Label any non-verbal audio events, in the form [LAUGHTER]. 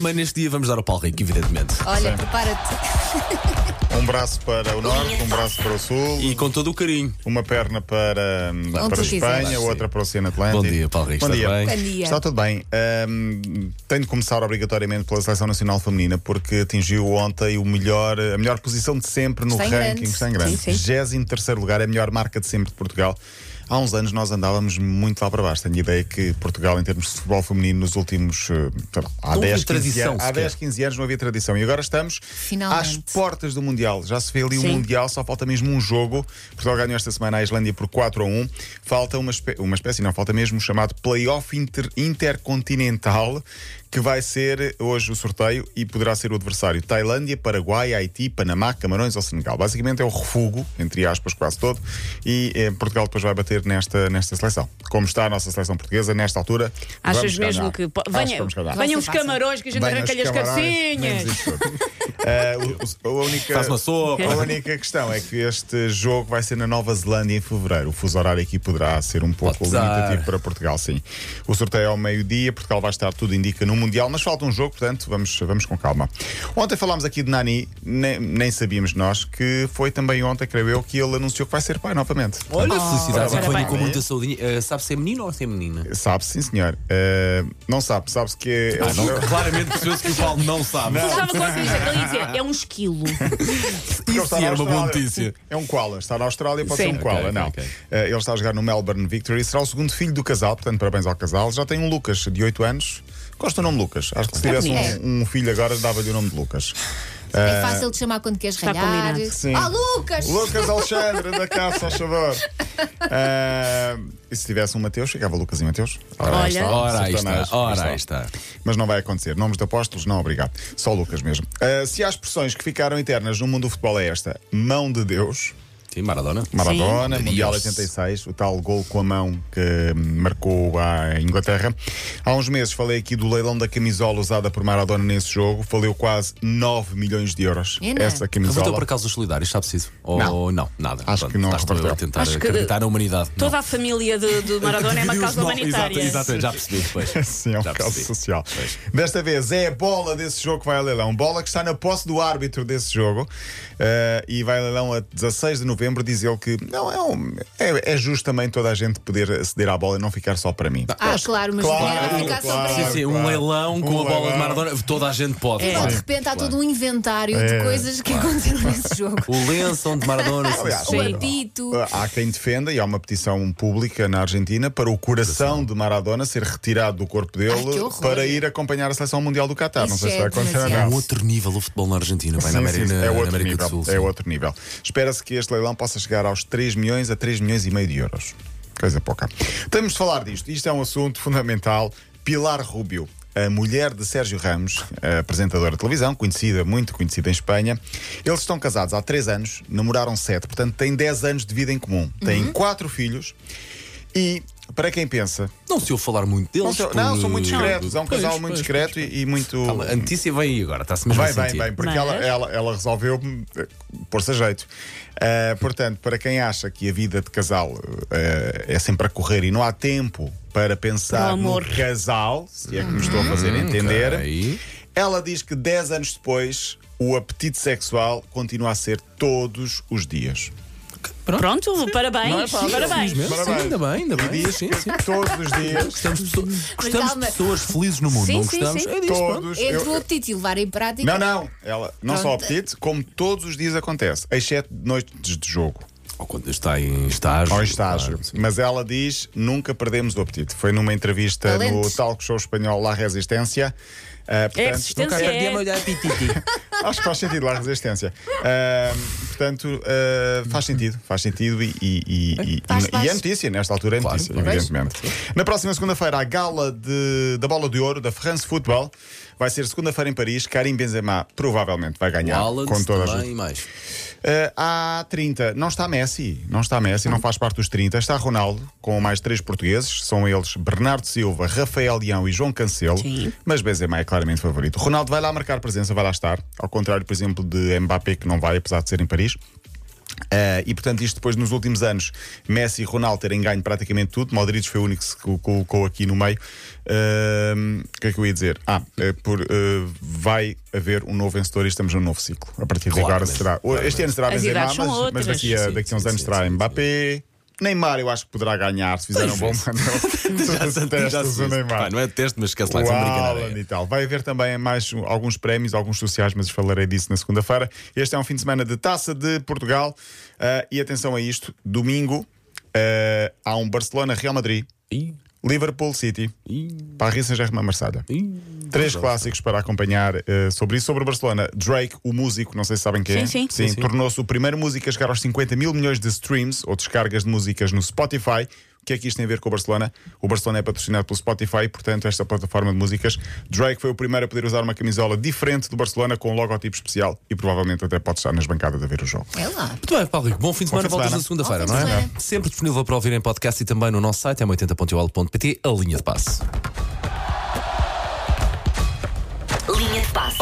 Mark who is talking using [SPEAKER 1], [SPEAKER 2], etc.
[SPEAKER 1] Mas neste dia vamos dar ao Paulo Rico, evidentemente.
[SPEAKER 2] Olha, prepara-te.
[SPEAKER 3] Um braço para o norte, um braço para o sul,
[SPEAKER 1] E com todo o carinho.
[SPEAKER 3] uma perna para, hum, para a
[SPEAKER 2] tu quiseres.
[SPEAKER 3] Espanha, outra para o Oceano Atlântico.
[SPEAKER 1] Bom dia, Paulo Rico.
[SPEAKER 3] Bom
[SPEAKER 1] está bem?
[SPEAKER 3] dia.
[SPEAKER 2] Bom dia.
[SPEAKER 3] Está tudo bem. Ahm, tenho de começar obrigatoriamente pela Seleção Nacional Feminina, porque atingiu ontem o melhor, a melhor posição de sempre no
[SPEAKER 2] Está em
[SPEAKER 3] ranking.
[SPEAKER 2] grande.
[SPEAKER 3] Está em grande.
[SPEAKER 2] Sim, sim.
[SPEAKER 3] 23 lugar, a melhor marca de sempre de Portugal. Há uns anos nós andávamos muito lá para baixo. Tenho ideia que Portugal, em termos de futebol feminino, nos últimos. eh, sei lá, há
[SPEAKER 1] Não havia
[SPEAKER 3] 10, 15
[SPEAKER 1] tradição
[SPEAKER 3] anos, há
[SPEAKER 1] sequer.
[SPEAKER 3] 10, 15 anos não havia tradição. E agora estamos às
[SPEAKER 2] Finalmente.
[SPEAKER 3] portas do Mundial. Já se vê ali o
[SPEAKER 2] Sim.
[SPEAKER 3] Mundial, só falta mesmo um jogo. Portugal ganhou esta semana a Islândia por 4 a 1. Falta uma, espé- uma espécie, não, falta mesmo o chamado Playoff inter- Intercontinental, que vai ser hoje o sorteio e poderá ser o adversário Tailândia, Paraguai, Haiti, Panamá, Camarões ou Senegal. Basicamente é o refugo, entre aspas, quase todo. E eh, Portugal depois vai bater nesta, nesta seleção. Como está a nossa seleção portuguesa nesta altura?
[SPEAKER 4] Achas
[SPEAKER 3] vamos
[SPEAKER 4] mesmo
[SPEAKER 3] ganhar.
[SPEAKER 4] que. po-
[SPEAKER 3] Acho que
[SPEAKER 4] Venha,
[SPEAKER 3] vamos ganhar.
[SPEAKER 4] venham
[SPEAKER 2] Vai
[SPEAKER 4] os
[SPEAKER 2] ser fácil.
[SPEAKER 4] camarões que a gente
[SPEAKER 3] Bem,
[SPEAKER 4] arranca-lhe
[SPEAKER 3] os
[SPEAKER 4] as
[SPEAKER 3] camarões, menos
[SPEAKER 4] cabecinhas.
[SPEAKER 3] isso tudo. Eh, o- o- a única-
[SPEAKER 1] Faz uma sopa.
[SPEAKER 3] A única questão é que este jogo vai ser na Nova Zelândia em fevereiro. O fuso horário aqui poderá ser um pouco
[SPEAKER 1] Pode dar.
[SPEAKER 3] limitativo para Portugal, sim. O sorteio é ao meio-dia, Portugal vai estar, tudo indica, no Mundial, mas falta um jogo, portanto, vamos, vamos com calma. Ontem falámos aqui de Nani, nem, nem sabíamos nós, que foi também ontem, creio eu, que ele anunciou que vai ser pai novamente.
[SPEAKER 1] Olha, Ah, felicidades.
[SPEAKER 4] Ora
[SPEAKER 1] e que venha
[SPEAKER 4] bem.
[SPEAKER 1] com muita saúde. Eh, sabe se é menino ou se é menina?
[SPEAKER 3] Sabe, sim, senhor. Eh, não sabe, sabe-se que é.
[SPEAKER 1] Ah,
[SPEAKER 3] é-
[SPEAKER 1] [LAUGHS] Claramente percebeu-se que o Paulo não sabe.
[SPEAKER 4] Estava com a camisa, ele ia dizer, é um esquilo.
[SPEAKER 3] Porque ele
[SPEAKER 1] Isso
[SPEAKER 3] está
[SPEAKER 1] sim
[SPEAKER 3] na
[SPEAKER 1] era uma boa
[SPEAKER 3] Austrália.
[SPEAKER 1] notícia.
[SPEAKER 3] É um koala. Está na Austrália, pode
[SPEAKER 4] Sim.
[SPEAKER 3] ser um koala,
[SPEAKER 1] Ok, ok,
[SPEAKER 3] não.
[SPEAKER 1] ok.
[SPEAKER 3] Eh, ele está a jogar no Melbourne Victory. Será o segundo filho do casal, portanto, parabéns ao casal. Já tem um Lucas, de 8 anos. Gosta do nome Lucas. Acho que
[SPEAKER 1] Tá
[SPEAKER 3] se tivesse
[SPEAKER 2] bonito.
[SPEAKER 3] um, um filho agora, dava-lhe o nome de Lucas.
[SPEAKER 2] É fácil de chamar quando queres
[SPEAKER 4] Está
[SPEAKER 2] ralhar.
[SPEAKER 4] combinado.
[SPEAKER 3] Sim.
[SPEAKER 2] Ah, Lucas!
[SPEAKER 3] Lucas Alexandre, da caça, ao favor. Eh, e se tivesse um Mateus, chegava Lucas e Mateus. Ora, aí
[SPEAKER 4] Olha.
[SPEAKER 3] está.
[SPEAKER 1] Ora aí está,
[SPEAKER 3] Satanás.
[SPEAKER 1] ora
[SPEAKER 3] Está.
[SPEAKER 1] aí está.
[SPEAKER 3] Mas não vai acontecer. Nomes de apóstolos, não, obrigado. Só Lucas mesmo. Eh, se há expressões que ficaram eternas no mundo do futebol é esta: mão de Deus.
[SPEAKER 1] Sim, Maradona.
[SPEAKER 3] Maradona,
[SPEAKER 1] Sim.
[SPEAKER 3] Mundial
[SPEAKER 1] Deus.
[SPEAKER 3] 86, o tal gol com a mão que hum, marcou a Inglaterra. Há uns meses falei aqui do leilão da camisola usada por Maradona nesse jogo, valeu quase 9 milhões de euros.
[SPEAKER 2] É, não é?
[SPEAKER 3] Essa
[SPEAKER 1] Reverteu
[SPEAKER 3] camisola.
[SPEAKER 1] por acaso os solidários, sabe-se isso?
[SPEAKER 3] Não.
[SPEAKER 1] Ou não, nada.
[SPEAKER 3] Acho que não
[SPEAKER 1] lá estou eu a
[SPEAKER 3] reverteu.
[SPEAKER 1] tentar
[SPEAKER 4] Acho que
[SPEAKER 1] acreditar na humanidade. Não.
[SPEAKER 4] Toda a família de, de Maradona é uma causa humanitária.
[SPEAKER 1] Exatamente, já percebi depois.
[SPEAKER 3] [LAUGHS] Sim, é um
[SPEAKER 1] Já
[SPEAKER 3] caso
[SPEAKER 1] percebi.
[SPEAKER 3] social.
[SPEAKER 1] Pois.
[SPEAKER 3] Desta vez é a bola desse jogo que vai a leilão. Bola que está na posse do árbitro desse jogo eh, e vai a leilão a 16 de novembro. Diz ele que não, é, um- é- é justo também toda a gente poder aceder à bola e não ficar só para mim.
[SPEAKER 2] Ah, claro, mas
[SPEAKER 3] Claro,
[SPEAKER 2] não era ficar só
[SPEAKER 3] claro.
[SPEAKER 2] para
[SPEAKER 1] Sim, sim, um
[SPEAKER 3] claro.
[SPEAKER 1] leilão com
[SPEAKER 3] Um
[SPEAKER 1] a bola de
[SPEAKER 3] leilão.
[SPEAKER 1] Maradona. Toda a gente pode.
[SPEAKER 4] É.
[SPEAKER 2] Não,
[SPEAKER 1] claro.
[SPEAKER 2] de repente há
[SPEAKER 1] Claro.
[SPEAKER 2] todo um inventário de
[SPEAKER 3] É,
[SPEAKER 2] coisas que aconteceram nesse jogo.
[SPEAKER 1] O lenço de
[SPEAKER 4] [LAUGHS]
[SPEAKER 1] Maradona.
[SPEAKER 3] Aliás,
[SPEAKER 1] sim,
[SPEAKER 2] O
[SPEAKER 1] sim.
[SPEAKER 2] apito.
[SPEAKER 3] Há quem defenda, e há uma petição pública na Argentina, para o coração de Maradona ser retirado do corpo
[SPEAKER 2] Ai, que
[SPEAKER 3] dele
[SPEAKER 2] horror.
[SPEAKER 3] para ir acompanhar a seleção mundial do Qatar.
[SPEAKER 2] Isso
[SPEAKER 3] não sei se
[SPEAKER 2] é
[SPEAKER 3] vai acontecer ou
[SPEAKER 1] É
[SPEAKER 2] demasiado.
[SPEAKER 3] não.
[SPEAKER 1] um outro nível o futebol na Argentina, bem,
[SPEAKER 3] Sim,
[SPEAKER 1] na América,
[SPEAKER 3] sim, é
[SPEAKER 1] na
[SPEAKER 3] outro
[SPEAKER 1] América
[SPEAKER 3] nível.
[SPEAKER 1] do Sul.
[SPEAKER 3] É
[SPEAKER 1] sim.
[SPEAKER 3] outro nível. Espera-se que este leilão possa chegar aos 3 milhões a 3 milhões e meio de euros. Coisa pouca. Temos de falar disto. Isto é um assunto fundamental. Pilar Rubio. A mulher de Sérgio Ramos, a apresentadora de televisão, conhecida, muito conhecida em Espanha. Eles estão casados há 3 anos, namoraram 7, portanto têm 10 anos de vida em comum. Têm 4 filhos e, para quem pensa,
[SPEAKER 1] Não se ouve falar muito deles.
[SPEAKER 3] não, são-
[SPEAKER 1] por-
[SPEAKER 3] não, são muito discretos, é um
[SPEAKER 1] Pois,
[SPEAKER 3] casal muito
[SPEAKER 1] pois.
[SPEAKER 3] discreto e, e muito.
[SPEAKER 1] Calma, A notícia vem aí agora, está-se mesmo
[SPEAKER 3] Vai,
[SPEAKER 1] a
[SPEAKER 3] vai,
[SPEAKER 1] sentir.
[SPEAKER 3] bem, porque
[SPEAKER 4] Mas-
[SPEAKER 3] ela, ela, ela resolveu eh, pôr-se a jeito. Ah, portanto, para quem acha que a vida de casal eh, é sempre a correr e não há tempo para pensar
[SPEAKER 4] Para o
[SPEAKER 3] no
[SPEAKER 4] amor.
[SPEAKER 3] casal, se é que me estou a fazer entender,
[SPEAKER 1] Hum, ok.
[SPEAKER 3] ela diz que 10 anos depois o apetite sexual continua a ser todos os dias.
[SPEAKER 4] Pronto, parabéns.
[SPEAKER 1] Não é fácil,
[SPEAKER 4] parabéns.
[SPEAKER 1] felizmente, sim,
[SPEAKER 3] Parabéns.
[SPEAKER 1] ainda bem, ainda
[SPEAKER 3] E
[SPEAKER 1] bem.
[SPEAKER 3] diz
[SPEAKER 1] Sim,
[SPEAKER 3] que
[SPEAKER 1] sim.
[SPEAKER 3] todos os dias.
[SPEAKER 1] Gostamos, de pessoas- gostamos de
[SPEAKER 2] calma.
[SPEAKER 1] pessoas felizes no mundo,
[SPEAKER 4] Sim,
[SPEAKER 1] não
[SPEAKER 4] sim,
[SPEAKER 1] gostamos?
[SPEAKER 4] sim.
[SPEAKER 1] É disso, pronto.
[SPEAKER 3] Todos.
[SPEAKER 2] Entre
[SPEAKER 3] eu-
[SPEAKER 2] o apetite e levar em prática.
[SPEAKER 3] Não, não. Ela, não só o apetite, como todos os dias acontece, exceto noites de jogo.
[SPEAKER 1] Ou quando está em estágio.
[SPEAKER 3] Ao estágio.
[SPEAKER 1] claro, sim.
[SPEAKER 3] Mas ela diz: nunca perdemos o apetite. Foi numa entrevista no
[SPEAKER 2] Valente.
[SPEAKER 3] talk show espanhol La Resistência. Ah,
[SPEAKER 4] É
[SPEAKER 3] portanto,
[SPEAKER 4] resistência. é-
[SPEAKER 2] É. [LAUGHS]
[SPEAKER 3] acho que faz sentido La Resistência. Ah, portanto, ah, faz sentido, faz sentido e, e, e, e-
[SPEAKER 2] Faz,
[SPEAKER 3] e
[SPEAKER 2] faz.
[SPEAKER 3] é notícia, nesta altura é
[SPEAKER 1] Claro,
[SPEAKER 3] notícia,
[SPEAKER 1] claro.
[SPEAKER 3] evidentemente. Na próxima segunda-feira, a gala de- da bola de ouro da France Football vai ser segunda-feira em Paris. Karim Benzema provavelmente vai ganhar
[SPEAKER 1] Wallace
[SPEAKER 3] com toda a
[SPEAKER 1] também
[SPEAKER 3] gente.
[SPEAKER 1] e mais.
[SPEAKER 3] Uh, há 30, não está Messi, não está Messi, não faz parte dos 30, está Ronaldo, com mais três portugueses, são eles Bernardo Silva, Rafael Leão e João Cancelo,
[SPEAKER 4] Sim.
[SPEAKER 3] mas Benzema é claramente favorito. Ronaldo vai lá marcar presença, vai lá estar, ao contrário, por exemplo, de Mbappé, que não vai, apesar de ser em Paris. Ah, e portanto, isto depois nos últimos anos, Messi e Ronaldo terem ganho praticamente tudo. Modric foi o único que se col- colocou aqui no meio. Ah, O que é que eu ia dizer? Ah, eh, por, eh, vai haver um novo vencedor e estamos num novo ciclo. A partir de
[SPEAKER 1] Claro,
[SPEAKER 3] agora
[SPEAKER 1] mas-
[SPEAKER 3] será.
[SPEAKER 1] claro,
[SPEAKER 3] Este ano será
[SPEAKER 4] As
[SPEAKER 3] Benzema,
[SPEAKER 4] idades
[SPEAKER 3] mas,
[SPEAKER 4] são
[SPEAKER 3] mas
[SPEAKER 4] outras.
[SPEAKER 3] daqui a,
[SPEAKER 1] Sim,
[SPEAKER 3] daqui a uns
[SPEAKER 1] sim,
[SPEAKER 3] anos
[SPEAKER 1] sim,
[SPEAKER 3] será
[SPEAKER 1] sim,
[SPEAKER 3] Mbappé. Neymar, eu acho que poderá ganhar se fizer um
[SPEAKER 1] [LAUGHS]
[SPEAKER 3] bom [LAUGHS]
[SPEAKER 1] Já se-
[SPEAKER 3] manual.
[SPEAKER 1] já se- Pá, não é teste, mas esquece lá, isso é uma
[SPEAKER 3] Uau,
[SPEAKER 1] brincadeira.
[SPEAKER 3] e tal. Vai haver também mais um- alguns prémios, alguns sociais, mas falarei disso na segunda-feira. Este é um fim de semana de Taça de Portugal. Ah, e atenção a isto: domingo ah, há um Barcelona-Real Madrid,
[SPEAKER 1] Ih,
[SPEAKER 3] Liverpool City,
[SPEAKER 1] ih,
[SPEAKER 3] Paris Saint-Germain Marçada.
[SPEAKER 1] ih.
[SPEAKER 3] Três clássicos para acompanhar ah, sobre isso. Sobre o Barcelona, Drake, o músico, não sei se sabem quem é.
[SPEAKER 4] Sim, sim.
[SPEAKER 1] Sim, sim.
[SPEAKER 3] tornou-se o primeiro músico a chegar aos 50 mil milhões de streams ou descargas de músicas no Spotify. O que é que isto tem a ver com o Barcelona? O Barcelona é patrocinado pelo Spotify, e, portanto, esta plataforma de músicas. Drake foi o primeiro a poder usar uma camisola diferente do Barcelona com um logotipo especial e provavelmente até pode estar nas bancadas a ver o jogo.
[SPEAKER 2] É lá.
[SPEAKER 1] Muito bem, Paulo Rico, bom fim de
[SPEAKER 3] Bom
[SPEAKER 1] semana,
[SPEAKER 3] fim de
[SPEAKER 1] voltas
[SPEAKER 3] semana.
[SPEAKER 1] na segunda-feira,
[SPEAKER 2] Bom
[SPEAKER 1] não
[SPEAKER 2] fim de
[SPEAKER 1] é?
[SPEAKER 2] semana.
[SPEAKER 1] Sempre disponível para ouvir em podcast e também no nosso site, é 80.ol.pt, a linha de passe.
[SPEAKER 5] Linha de passe.